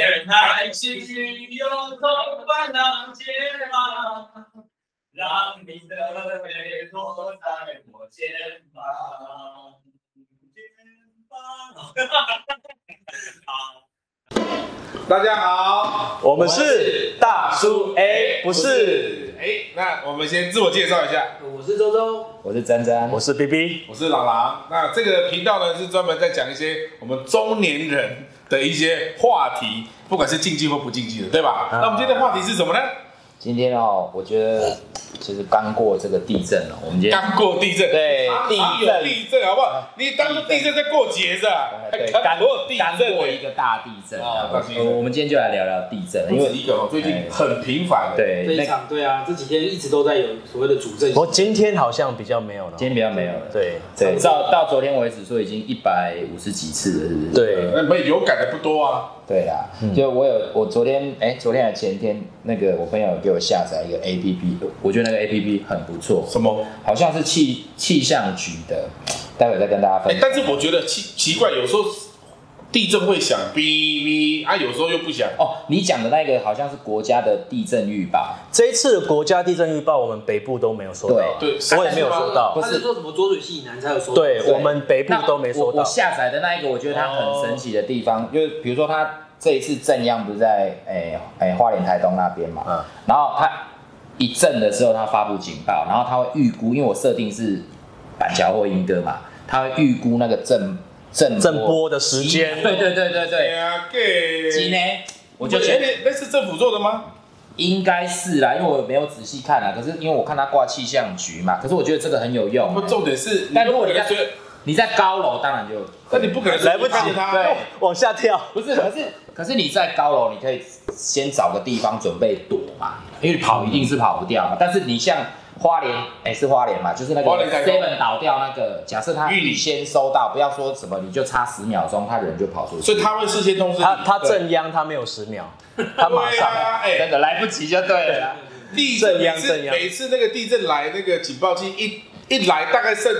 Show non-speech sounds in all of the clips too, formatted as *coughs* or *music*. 在情欲忧愁烦恼解放，让你的泪落在我肩膀。肩膀。大家好，我们是大叔 A，不是，哎，那我们先自我介绍一下，我是周周，我是詹詹我，是 BB，我是朗朗。那这个频道呢是专门在讲一些我们中年人的一些话题，不管是禁忌或不禁忌的，对吧？那我们今天的话题是什么呢？今天哦，我觉得就是刚过这个地震哦了，我们今天刚过地震，对常地常有震地震好不好？你当做地震在过节是吧？对还刚刚过地刚过一震，个大地震啊，哦大地震我我们今天就来聊聊地震，不因止为一个哦，最近很频繁。，这对一那场对啊，这几天一直都在有所谓的主政不，过今天好像比较没有了，今天比较没有了，对对，到到昨天为止说已经一百五十几次了，是不是？对，那没有感的不多啊。对啦，就我有我昨天哎，昨天还前天那个我朋友有给我下载一个 A P P，我觉得那个 A P P 很不错，什么？好像是气气象局的，待会再跟大家分哎、享。但是我觉得奇奇怪，有时候地震会响，哔哔啊，有时候又不响。哦，你讲的那个好像是国家的地震预报，这一次的国家地震预报，我们北部都没有收到，对我也没有收到不，他是是说什么浊水系以南才有说，对对我们北部哎都没收那我我到，嗯下载的那一个，我觉得它很神奇的地方，就是比如说它这一次正央不是在诶诶花莲台东那边嘛，嗯然后它一震的时候，它发布警报，然后它会预估，因为我设定是板桥或莺歌嘛，它会预估那个震震震波的时间对对对对哎对，呀，给。今天我我就觉觉得得那那是政府做的吗？应该是啦，因为我没有仔细看啦，可是因为我看它挂气象局嘛，可是我觉得这个很有用、不，重点是，但如果你你不可能在随，你在高楼当然就但你不可能随来不及便看它。往下跳，不是，可是可是你在高楼，你可以先找个地方准备躲嘛，因为跑一定是跑不掉嘛。但是你像花莲，哎、是花莲嘛，就是那个花莲台中 seven 倒掉那个，假设他玉里预先收到，不要说什么，你就差十秒钟，他人就跑出去，所以他会事先通知你。他他正央他没有十秒，他马对上啊，哎、真的来不及就对了啦。地震正央每次正央每次那个地震来，那个警报器一一来，大概剩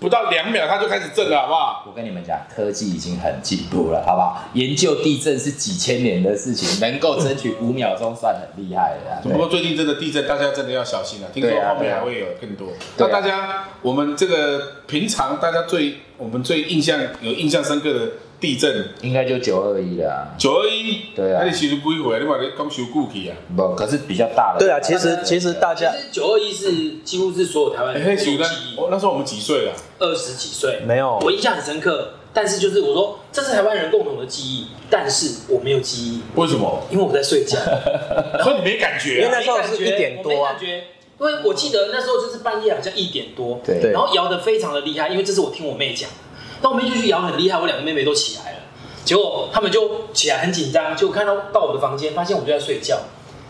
不到两秒，它就开始震了，好不好？我跟你们讲，科技已经很进步了，好不好？研究地震是几千年的事情，能够争取五秒钟算很厉害的啦。啊不过最近真的地震，大家真的要小心了、听说对啊后面还会有更多。对那啊大家，我们这个平常大家最我们最印象有印象深刻的地震，应该就九二一了啊，九二一，对啊那你修几回？你把你刚修故去啊？不，可是比较大的。对啊，其实其实大其家实九二一是几乎是所有台湾哎、人那都修记那忆，哦，那时候我们几岁了？二十几岁没有我印象很深刻。但是就是我说这是台湾人共同的记忆，但是我没有记忆，为什么？因为我在睡觉，所以你没感觉、因为啊？那时候是没感觉一点多啊我没感觉，因为我记得那时候就是半夜好像一点多，对对然后摇得非常的厉害，因为这是我听我妹讲，那我妹就去摇很厉害，我两个妹妹都起来了，结果她们就起来很紧张，就看到到我的房间，发现我就在睡觉，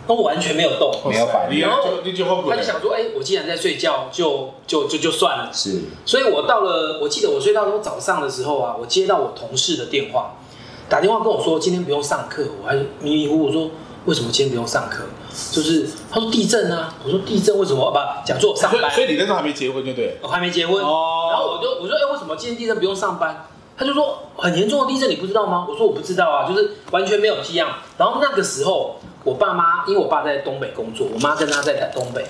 那我完全没有动， *laughs* 嗯没有反应你然后就哦你就后悔她了就。想说，哎、我既然在睡觉，就就就就算了。是所以我到了，我记得我睡到早上的时候啊，我接到我同事的电话，打电话跟我说今天不用上课，我还迷迷糊糊说为什么今天不用上课？就是他说地震啊，我说地震为什么？啊不，讲座上所以 *laughs* 班，所以你那时候还没结婚，就对了。我还没结婚，哦然后我就我说哎、为什么今天地震不用上班？他就说哦很严重的地震你不知道吗？我说我不知道啊，就是完全没有迹象。然后那个时候我爸妈，因为我爸在东北工作，我妈跟他在台东北，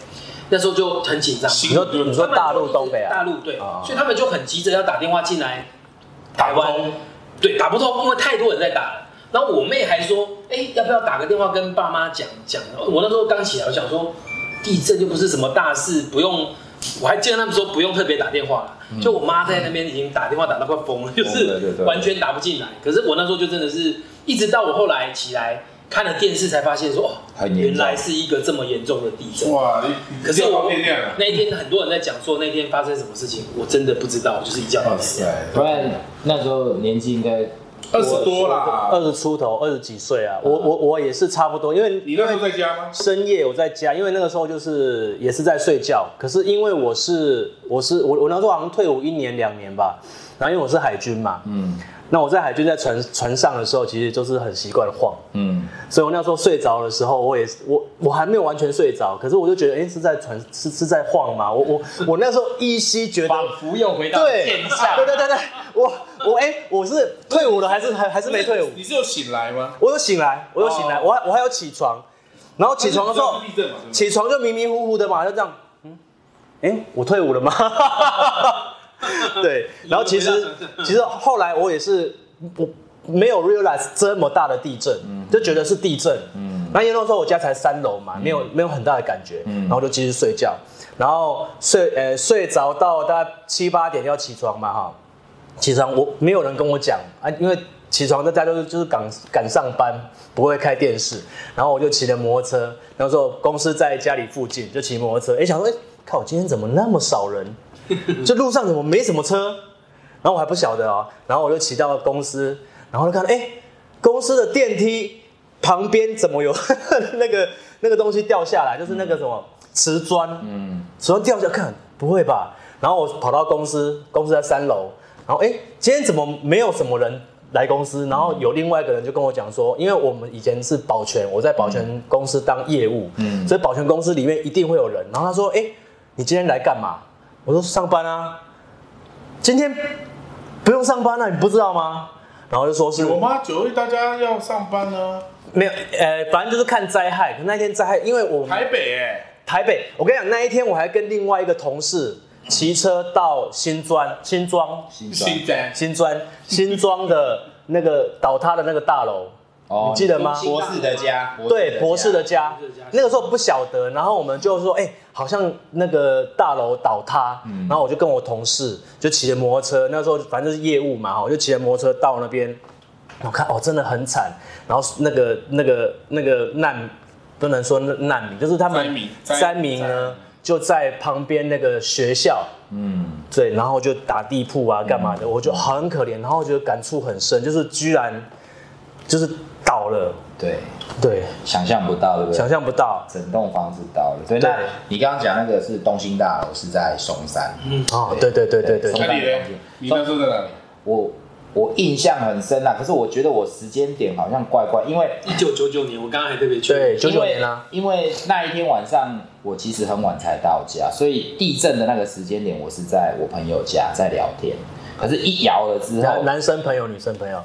那时候就很紧张，行你说你说大陆东北大啊，陆对，啊所以他们就很急着要打电话进来台不湾通，对，打不通，因为太多人在打了。然后我妹还说，哎、要不要打个电话跟爸妈讲讲？我那时候刚起来，我想说地震又不是什么大事，不用。我还记得他们说不用特别打电话了，就我妈在那边已经打电话打到快疯了，就疯了对是对完全打不进来。可是我那时候就真的是，一直到我后来起来看了电视才发现说，哦，很严重原来是一个这么严重的地震。哇，你可是我变亮啊了。那一天很多人在讲说那天发生什么事情，我真的不知道，我就是一觉到哦哇死塞。，不然那时候年纪应该二十多啦。二十出头二十几岁啊，我我我也是差不多，因为你那时候在家吗？深夜我在家，因为那个时候就是也是在睡觉，可是因为我是我是我我那时候好像退伍一年两年吧，然后因为我是海军嘛，嗯那我在海军在船船上的时候，其实就是很习惯晃，嗯所以我那时候睡着的时候，我也是我我还没有完全睡着，可是我就觉得，哎、是在船是是在晃吗？我我我那时候依稀觉得。仿佛又回到对，啊线下，对对对对，我我哎、我是退伍了还是还还是没退伍？你是有醒来吗？我有醒来，我有醒来，哦我还我还有起床，然后起床的时候那你，知道是地震嘛对不对起床就迷迷糊糊的嘛，就这样，嗯，哎，我退伍了吗？ *laughs* 对，然后其你又实回到城市其实后来我也是我没有 realize 这么大的地震，就觉得是地震，嗯，那因为那时候我家才三楼嘛，没有没有很大的感觉，然后就继续睡觉，然后睡呃睡着到大概七八点要起床嘛哈，起床我没有人跟我讲啊，因为起床大家就是就是赶赶上班，不会开电视，然后我就骑了摩托车，那时候公司在家里附近，就骑摩托车，哎、想说哎、靠，今天怎么那么少人？就路上怎么没什么车？然后我还不晓得哦，然后我就骑到公司，然后就看到哎、公司的电梯旁边怎么有 *laughs* 那个那个东西掉下来，就是那个什么瓷砖，嗯，手上掉下来，看不会吧？然后我跑到公司，公司在三楼，然后哎，今天怎么没有什么人来公司？然后有另外一个人就跟我讲说，因为我们以前是保全，我在保全公司当业务，嗯所以保全公司里面一定会有人。然后他说，哎，你今天来干嘛？我说上班啊，今天不用上班啊，你不知道吗？然后就说是我妈九月大家要上班呢、没有，呃，反正就是看灾害。可那天灾害，因为我们台北哎、台北，我跟你讲，那一天我还跟另外一个同事骑车到新庄，新庄，新庄新宅新庄，新庄的那个倒塌的那个大楼，哦你记得吗？啊博士的家，对，博士的家博士的家，那个时候不晓得，然后我们就说，哎、好像那个大楼倒塌，然后我就跟我同事就骑着摩托车，那时候反正就是业务嘛，哈，我就骑着摩托车到那边，我看哦，真的很惨，然后那个那个那个难不能说难民，就是他们灾民灾三民灾民呢就在旁边那个学校，嗯，对，然后就打地铺啊，干嘛的，我就很可怜，然后我觉得感触很深，就是居然就是倒了，对，对，想象不到，对不对？想象不到。整栋房子倒了，对。对那你刚刚讲那个是东兴大楼，是在松山。哦，对对对对对松那山你呢的东西？你那时候在哪里？我我印象很深啊啦，可是我觉得我时间点好像怪怪，因为一九九九年，我刚刚还特别去，对，九因九为年啊啦、因为那一天晚上我其实很晚才到家，所以地震的那个时间点，我是在我朋友家在聊天，可是一摇了之后呃男，男生朋友、女生朋哎友，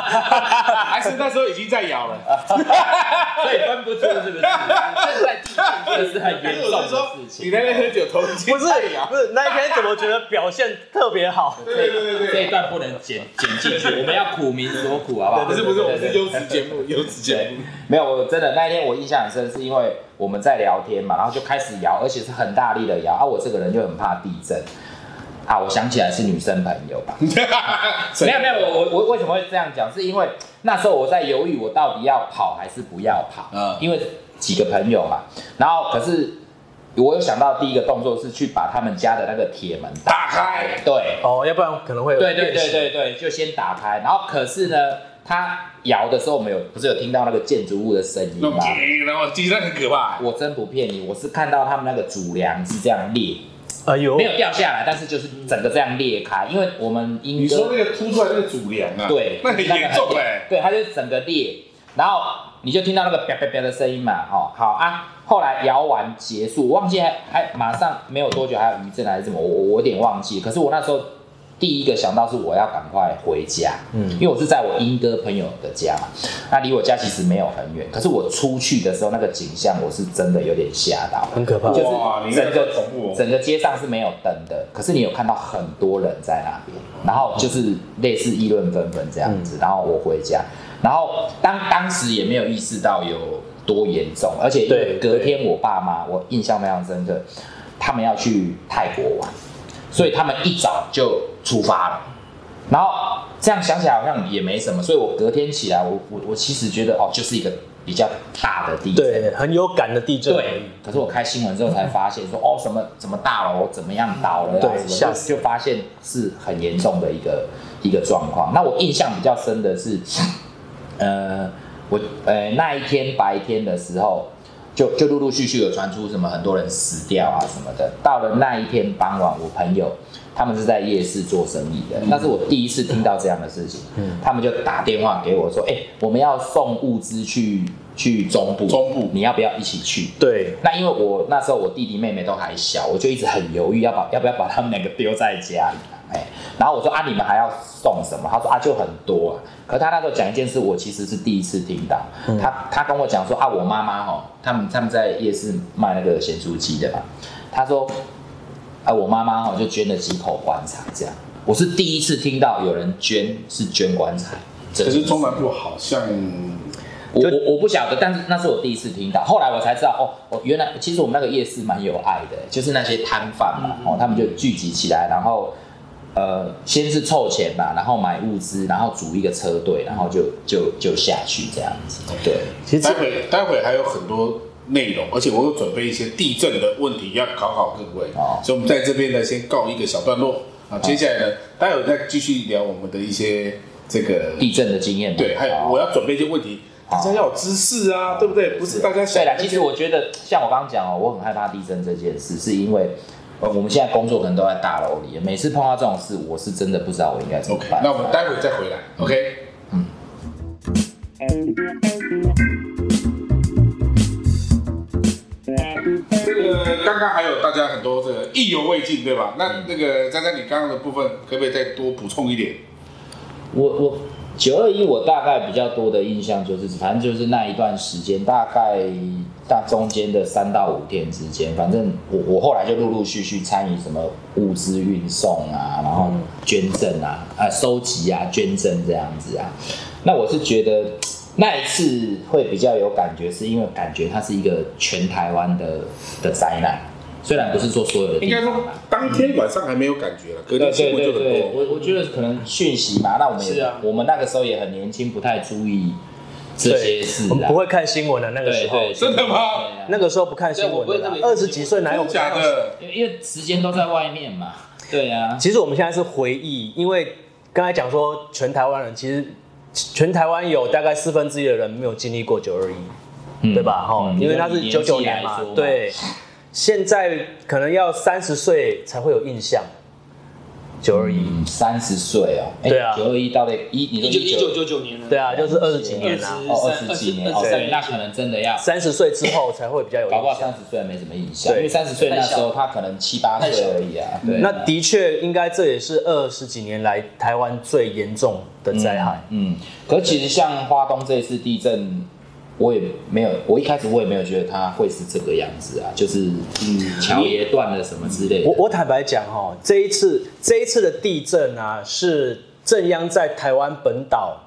还是那时候已经在摇了？所以分不出是不是？这在地震真的是很因严为重哎我是的说事，情。你那天喝酒头已经不是在摇不是那一天怎么觉得表现特别好？对对对对 *laughs* 这一对，段不能剪剪 *laughs* 进去，我们要苦民所苦，好不好？不是不是，我们是对优质节目，优质节对目。，没有，我真的那一天我印象很深，是因为我们在聊天嘛，然后就开始摇，而且是很大力的摇啊，我这个人就很怕地震。啊，我想起来是女生朋友吧？没有没有，我我我为什么会这样讲？是因为那时候我在犹豫，我到底要跑还是不要跑？嗯因为几个朋友嘛，然后可是我有想到第一个动作是去把他们家的那个铁门打开对，哦，要不然可能会有对对变对形对对，就先打开，然后可是呢，它摇的时候，我们有不是有听到那个建筑物的声音那吗种？叮，然后地震很可怕。我真不骗你，我是看到他们那个主梁是这样裂，哎呦没，有掉下来，但是就是整个这样裂开，因为我们你英说哥那个凸出来那个主梁啊，对，那很严重欸哎嘞。对，它就是整个裂，然后你就听到那个啪啪啪的声音嘛，哦，好啊。后来摇完结束，我忘记还还马上没有多久还有余震还是什么，我我我有点忘记。可是我那时候第一个想到是我要赶快回家，嗯，因为我是在我英哥朋友的家嘛，那离我家其实没有很远。可是我出去的时候那个景象，我是真的有点吓到，很可怕就哇是你那整个个恐怖哦整个街上是没有灯的，可是你有看到很多人在那边，然后就是类似议论纷纷这样嗯子。然后我回家，然后当当时也没有意识到有多严重，而且因对为隔对天我爸妈，我印象非常深刻，他们要去泰国玩，所以他们一早就出发了。然后这样想起来好像也没什么，所以我隔天起来，我我我其实觉得哦，就是一个比较大的地震，对，很有感的地震，对，可是我开新闻之后才发现说，哦，什么什么大楼怎么样倒了、啊，对什么吓就就发现是很严重的一个一个状况。那我印象比较深的是，呃，我呃那一天白天的时候，就就陆陆续续有传出什么很多人死掉啊什么的。到了那一天傍晚，我朋友他们是在夜市做生意的，那是我第一次听到这样的事情。他们就打电话给我说：“哎、我们要送物资去去中部，中部你要不要一起去？”对，那因为我那时候我弟弟妹妹都还小，我就一直很犹豫要把要不要把他们两个丢在家里。哎，然后我说啊，你们还要送什么？他说啊，就很多啊。可他那时候讲一件事，我其实是第一次听到。他他跟我讲说啊，我妈妈哦，他们他们在夜市卖那个咸酥鸡的嘛。他说啊，我妈妈哦就捐了几口棺材这样。我是第一次听到有人捐是捐棺材，这可个是意思中南部好像我我我不晓得，但是那是我第一次听到，后来我才知道哦，我原来其实我们那个夜市蛮有爱的，就是那些摊贩嘛，嗯哦，他们就聚集起来，然后呃，先是凑钱嘛，然后买物资，然后组一个车队，然后就就就下去这样子，哦对，其实待会待会还有很多内容，而且我有准备一些地震的问题要考考各位，哦所以我们在这边呢先告一个小段落啊，接下来呢，待会再继续聊我们的一些这个地震的经验嘛，对，还有哦我要准备一些问题，大家要有知识啊，对不对？不是大家想对啦，其实我觉得像我刚刚讲哦，我很害怕地震这件事，是因为。呃我们现在工作可能都在大楼里，每次碰到这种事，我是真的不知道我应该怎么 OK，办。那我们待会再回来，OK。这个刚刚还有大家很多这个意犹未尽，对吧？那嗯那个佳佳，你刚刚的部分可不可以再多补充一点？嗯我我九二一我大概比较多的印象就是，反正就是那一段时间，大概大中间的三到五天之间，反正我我后来就陆陆续续参与什么物资运送啊，然后捐赠啊，啊收集啊，捐赠这样子啊。那我是觉得那一次会比较有感觉，是因为感觉它是一个全台湾的的灾难，虽然不是说所有的地应该方说啊。当天晚上还没有感觉了，隔对天新对闻对就很对，多。我我觉得可能讯息嘛，那我们是也、啊我们那个时候也很年轻，不太注意这些对事，我们啊。不会看新闻的那个时对候，对，真的吗对啊那个时候不看新闻对我不会的特啦别，看二新十闻几岁哪真有的假看的？因为因为时间都在外面嘛，对啊，其实我们现在是回忆，因为刚才讲说全台湾人，其实全台湾有大概四分之一的人没有经历过九二一，嗯对吧？哈、嗯因为它以是年纪九九来年说嘛对。现在可能要三十岁才会有印象，九二一，嗯，三十岁哦，对啊九二一到了一，你一说九一九九九九年了，对啊，就是二十几年啦、二哦，二十几年哦，二十所以那可能真的要。三十岁之后才会比较有搞不好印象。三十岁没什么印象，对因为三十岁那时候他可能七八岁而已啊。对啊，那的确，应该这也是二十几年来台湾最严重的灾害。嗯，可其实像花东这一次地震，我也没有，我一开始我也没有觉得它会是这个样子啊，就是嗯，桥也断了什么之类的。我我坦白讲哦，这一次这一次的地震啊，是正央在台湾本岛，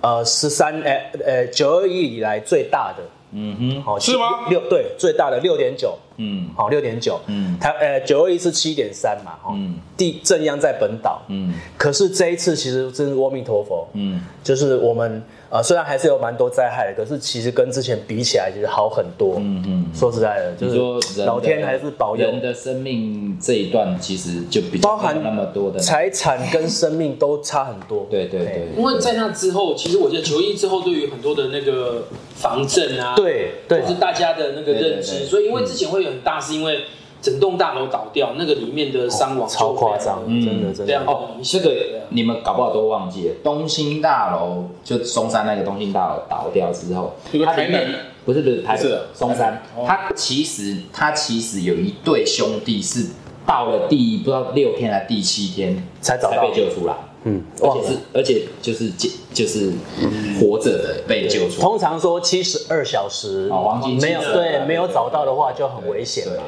呃，十三呃呃九二一以来最大的，嗯哼，哦，是吗六对最大的六点九，嗯好六点九，嗯台呃九二一是七点三嘛，哈、嗯地正央在本岛，嗯可是这一次其实真是阿弥陀佛，嗯，就是我们呃虽然还是有蛮多灾害的，可是其实跟之前比起来，其实好很多，嗯嗯说实在的，就你说是人的老天还是保佑人。的生命这一段，其实就比较包含没有那么多的，财产跟生命都差很多。对对对，因为在那之后，其实我觉得球衣之后，对于很多的那个防震啊，，对对就是大家的那个认对对知，对所以因为之前会有很大，是因为整栋大楼倒掉，那个里面的伤亡就超夸张，非常的真的真非常的。的哦明，这显个对啊你们搞不好都忘记了，东兴大楼就松山那个东兴大楼倒掉之后，有个它台里面南不是不是台不是松山台南哦，它其实它其实有一对兄弟是到了第不知道六天还是第七天才找到被救出来，嗯，而忘且了是。而且就是解就是活着的被救出来。通常说七十二小时哦黄金期没有的对对没有找到的话就很危险对嘛。。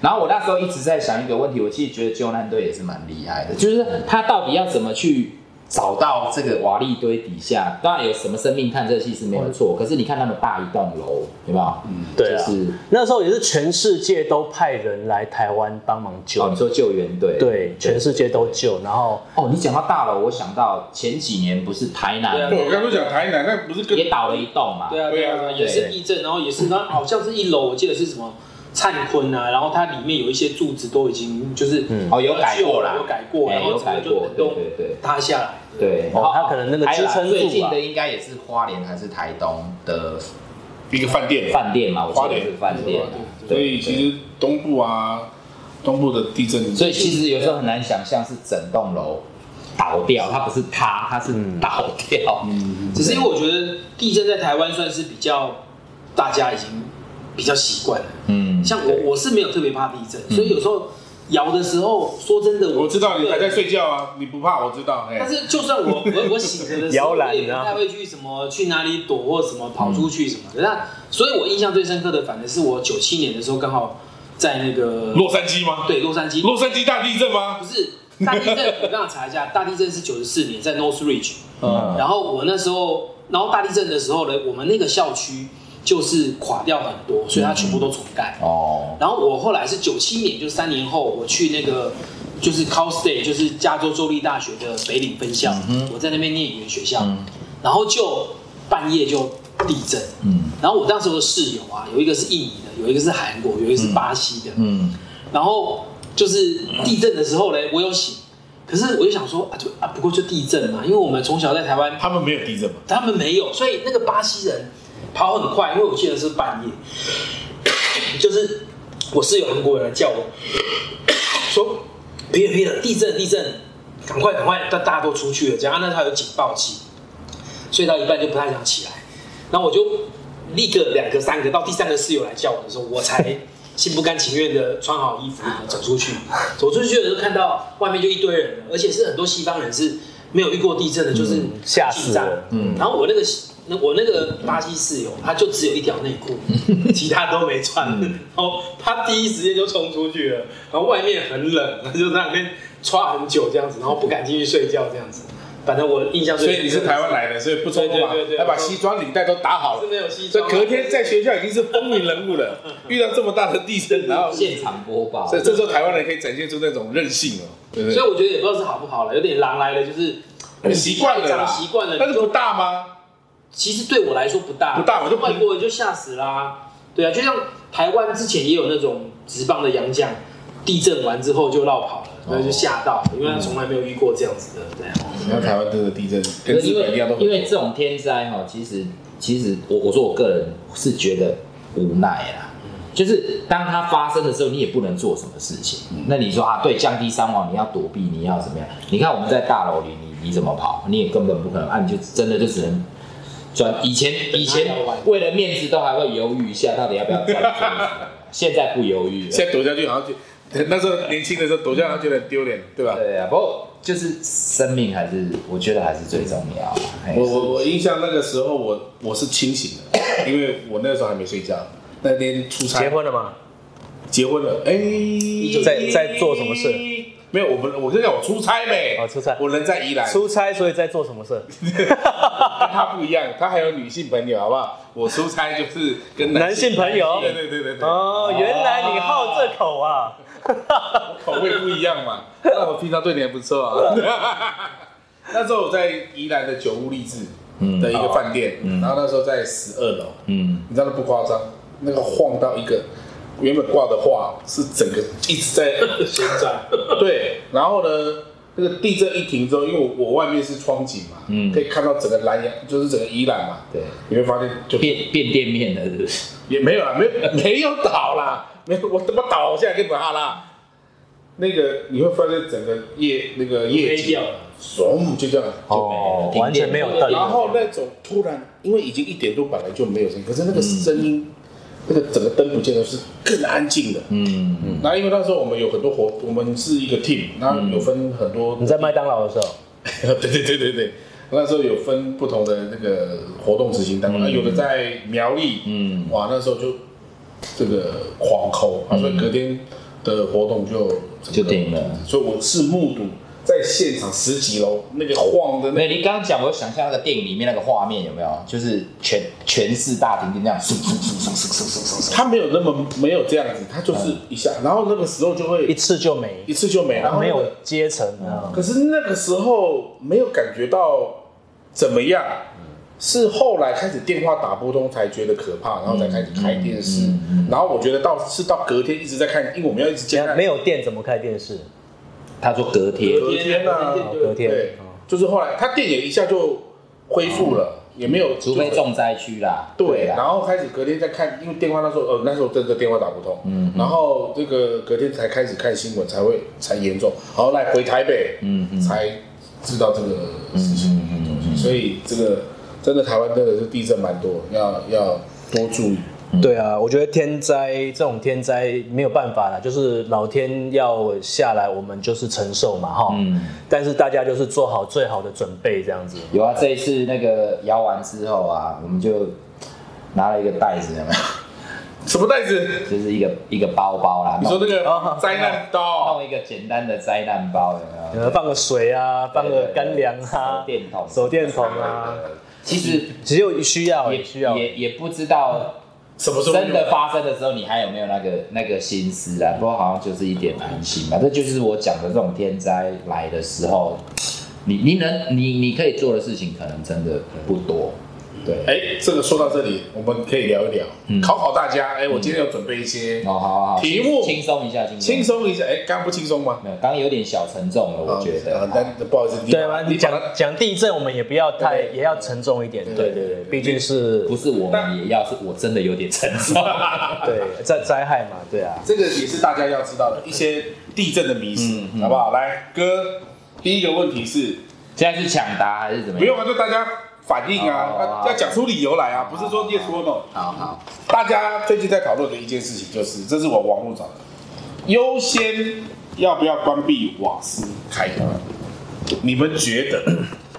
然后我那时候一直在想一个问题，我其实觉得救难队也是蛮厉害的，就是他到底要怎么去找到这个瓦砾堆底下？当然有什么生命探测器是没有嗯错，可是你看那么大一栋楼，有没有？嗯，对啊就是，那时候也是全世界都派人来台湾帮忙哦，救你，说救援队，对，全世界都救。然后哦，你讲到大楼，我想到前几年不是台对南啊对我刚刚讲台南，那不是跟也倒了一栋嘛？对啊，对啊，对对啊啊也是地震，然后也是，然后好像是一楼，我记得是什么灿坤啊，然后它里面有一些柱子都已经就是嗯哦，有改过啦，有改过，哎然后有整个改就过，整对栋对对。塌下来。对，哦然后他可能那个还有啦支撑住吧最近的应该也是花莲还是台东的一个饭店，饭店嘛，我记得是饭店啊。所对以其实东部啊，东部的地震，所以其实有时候很难想象是整栋楼倒掉，它不是塌，它是倒掉。嗯只是因为我觉得地震在台湾算是比较大家已经比较习惯了。嗯，像我我是没有特别怕地震，所以有时候摇的时候，说真的，嗯我知道你还在睡。睡觉啊，你不怕，我知道。哎但是就算我 *laughs* 我我醒着的时候，摇篮我也不啊太会去什么去哪里躲或什么跑出去什么的。那所以，我印象最深刻的反而是我九七年的时候，刚好在那个洛杉矶吗？对洛杉矶，洛杉矶大地震吗不？是大地震，我刚刚查 *laughs* 一下，大地震是九十四年在 North Ridge，嗯然后我那时候，然后大地震的时候呢，我们那个校区就是垮掉很多，所以它全部都重盖。哦，然后我后来是九七年，就三年后，我去那个就是 Cal State，就是加州州立大学的北岭分校，嗯我在那边念语言学校，然后就半夜就地震，嗯然后我当时的室友啊，有一个是印尼的，有一个是韩国，有一个是巴西的，嗯，然后就是地震的时候嘞，我有醒，可是我就想说啊，就啊，不过就地震嘛，因为我们从小在台湾他们没有地震吗？他们没有，所以那个巴西人跑很快，因为我记得是半夜， *coughs* 就是我室友韩国人来叫我，说别了别了，地震地震，赶快赶快，大大家都出去了，这样、啊、那他有警报器，睡到一半就不太想起来，然后我就立刻两个三个，到第三个室友来叫我的时候，我才心不甘情愿的穿好衣服走出去，走出去的时候看到外面就一堆人了，而且是很多西方人是没有遇过地震的，就是啊吓死紧张了嗯然后我那个那我那个巴西室友，他就只有一条内 *laughs* 裤，其他都没穿。嗯然后他第一时间就冲出去了，然后外面很冷，他就在那边穿很久这样子，然后不敢进去睡觉这样子。反正我印象最所深刻，以你是台湾来的，所以不冲突嘛啊对对对，对还把西装领带都打好是了。没有西所以装啊，隔天在学校已经是风云人物 *laughs* 了，遇到这么大的地震，然后，现场播报所。以这时候台湾人可以展现出那种韧性哦，对不所对？以我觉得也不知道是好不好了，有点狼来了，就是很习惯了啦，长习惯了但是不大吗？其实对我来说不大，不大我就不外国人就吓死啦、对啊，就像台湾之前也有那种直棒的洋将，地震完之后就绕跑了，然后就吓到了，因为他从来没有遇过这样子的，对啊。你看台湾真的地震可跟是日因本一样都为很因为这种天灾哈，其实其实我我说我个人是觉得无奈啦，就是当它发生的时候，你也不能做什么事情。那你说啊，对，降低伤亡，你要躲避，你要怎么样？你看我们在大楼里，你你怎么跑？你也根本不可能，啊，你就真的就只能。转以 *laughs* 前以前为了面子都还会犹豫一下，到底要不要转？现在不犹豫了，现在躲下去好像就那时候年轻的时候躲下去好像觉得很丢脸，对吧？对啊，不过就是生命还是我觉得还是最重要啊。嘿我我我印象那个时候我我是清醒的，因为我那时候还没睡觉，那天出差结婚了吗？结婚了，哎、在在做什么事？没有，我不，我跟你讲，我出差呗。哦出差我人在宜兰。出差，所以在做什么事？ *laughs* 跟他不一样，他还有女性朋友，好不好？我出差就是跟男性朋友对对对对对，哦，原来你好这口啊！口味不一样 *laughs* 嘛。那我平常对你还不错啊。 *laughs* 那时候我在宜兰的九屋励志的一个饭店，然后那时候在十二楼，嗯，你知道那不夸张，那个晃到一个原本挂的画是整个一直 *laughs* 在旋转，对，然后呢，那个地震一停之后，因为我我外面是窗景嘛，嗯可以看到整个南洋，就是整个宜兰嘛，对，你会发现就变变店面了，是不是？也没有啦，啊没有没有倒啦，没有我他妈倒下来跟你们哈啦，那个你会发现整个夜那个夜黑景掉了，唰就这样，哦完全没有停电灯然后那种突然，因为已经一点多，本来就没有声音，可是那个声音，那个整个灯不见了，是更安静的。嗯嗯，那因为那时候我们有很多活，我们是一个 team，那有分很多，你在麦当劳的时候， *laughs* 对对对对对，那时候有分不同的那个活动执行单位，那有的在苗栗，嗯哇，那时候就这个狂抠，啊所以隔天的活动就整个就停了所以我是目睹在现场十几楼那个晃的那没有，你刚刚讲，我想象那个电影里面那个画面有没有？就是全全市大停电那样，嗖嗖嗖嗖嗖嗖嗖嗖嗖。他没有那么没有这样子，他就是一下，然后那个时候就一会次就没一，次就没，哦然后没那个嗯有阶层啊。可是那个时候没有感觉到怎么样，是后来开始电话打不通才觉得可怕，然后才开始开电嗯视，然后我觉得到是到隔天一直在看，因为我们要一直等监一下看，没有电怎么开电视？他说隔天，隔天啊隔天哦对隔天，，就是后来他电也一下就恢复了，也没有，哦除非重灾区啦。啊对，啦，然后开始隔天再看，因为电话那时候，呃，那时候真的电话打不通，嗯，然后这个隔天才开始看新闻，才会才严重，然后来回台北，嗯嗯才知道这个事情，所以这个真的台湾真的是地震蛮多，要要多注意，对啊，我觉得天灾这种天灾没有办法啦，就是老天要下来，我们就是承受嘛哈。嗯但是大家就是做好最好的准备，这样子。有啊，这一次那个摇完之后啊，我们就拿了一个袋子，有没有？ *laughs* 什么袋子？就是一个一个包包啦。你说弄那个哦灾难刀，弄一个简单的灾难包，有没有？呃，放个水啊，放个干粮啊手，电筒、手电筒啊，其实只有需要也需要。也也不知道什么时候真的发？发生的时候，你还有没有那个那个心思啊？不过好像就是一点安心吧。这就是我讲的这种天灾来的时候，你你能你你可以做的事情，可能真的不多。对，哎，这个说到这里，我们可以聊一聊，考考大家。哎，我今天有准备一些哦，好好好，题目轻松一下，轻轻松。松一下，哎，刚刚不轻松吗？没有，刚刚有点小沉重了，我觉啊得。但不好意思，你对把啊，你你把讲它讲地震，我们也不要太，对也要沉重一点。对对对对对对，毕竟是不是我们也要，是我真的有点沉重。对灾灾害嘛，对啊。这个也是大家要知道的一些地震的迷思，好不好？来，哥，第一个问题是， *laughs* 现在是抢答还是怎么样？不用啊，就大家反应好好啊，好要要讲出理由来啊，不是说 yes or no。好好，大家最近在讨论的一件事情就是，这是我网络找的，优先要不要关闭瓦斯开关？你们觉得？ *coughs*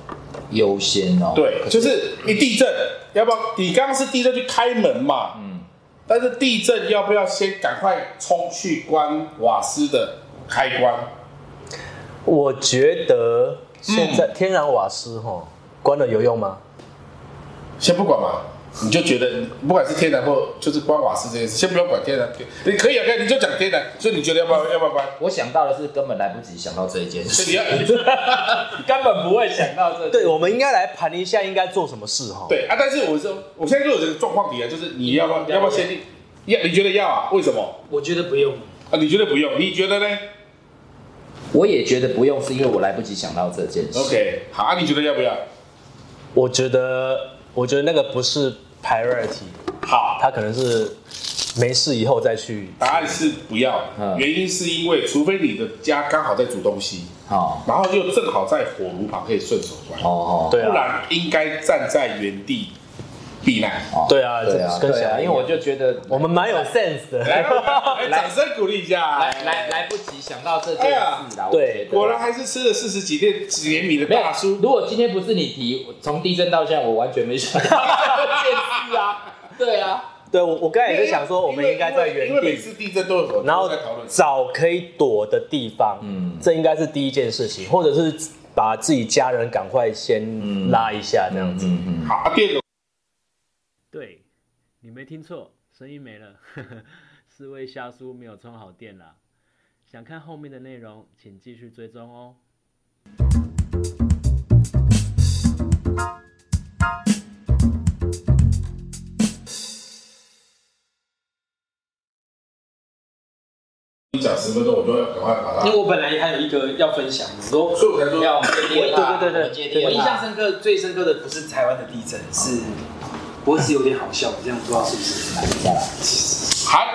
优先哦。对，就是一地震，要不要？你刚刚是地震去开门嘛，嗯，但是地震要不要先赶快冲去关瓦斯的开关？我觉得现在天然瓦斯哈关了有用吗？先不管嘛，你就觉得不管是天然或就是关瓦斯这件事，先不要管天然，你可以啊，可以，你就讲天然，所以你觉得要不要要不要关？我想到的是根本来不及想到这一件所以事，你要根本不会想到这。对，我们应该来盘一下应该做什么事哈。对啊，但是我是我现在就有这个状况底下，就是你要不要要不要先要？你觉得要啊？为什么我觉得不用。啊？你觉得不用？你觉得呢我也觉得不用，是因为我来不及想到这件事。 ？OK，好啊，你觉得要不要？我觉得，我觉得那个不是 priority，好，它可能是没事以后再去。答案是不要，嗯原因是因为除非你的家刚好在煮东西，好，然后又正好在火炉旁可以顺手关，哦哦，对不啊，然应该站在原地避难。哦对啊对啊，这跟对小啊，孩一样因为我就觉得我们蛮有 sense 来，的。哎来掌声鼓励一下来。来来不及想到这件哎呀事啦。对我觉得果然还是吃了四十几天几年米的没有大叔。如果今天不是你提，我从地震到现在，我完全没想到这件事 *laughs* 啊。对啊，对，我哎我刚才也是想说，我们应该在原因为因为每地，次地震都有很然多后人在讨论。找可以躲的地方。嗯嗯，这应该是第一件事情，或者是把自己家人赶快先拉一下 *laughs* 这样子。嗯嗯。好，啊第二个对，你没听错，声音没了， *laughs* 是位虾叔没有充好电啦。想看后面的内容，请继续追踪哦。你讲十分钟，我就要赶快把它因为。我本来还有一个要分享，我都所以我才说要我们接第二趴，对对对对我们接第我二印趴象深刻、最深刻的不是台湾啊的地震，是我只有点好笑，这样不知道是不是？好，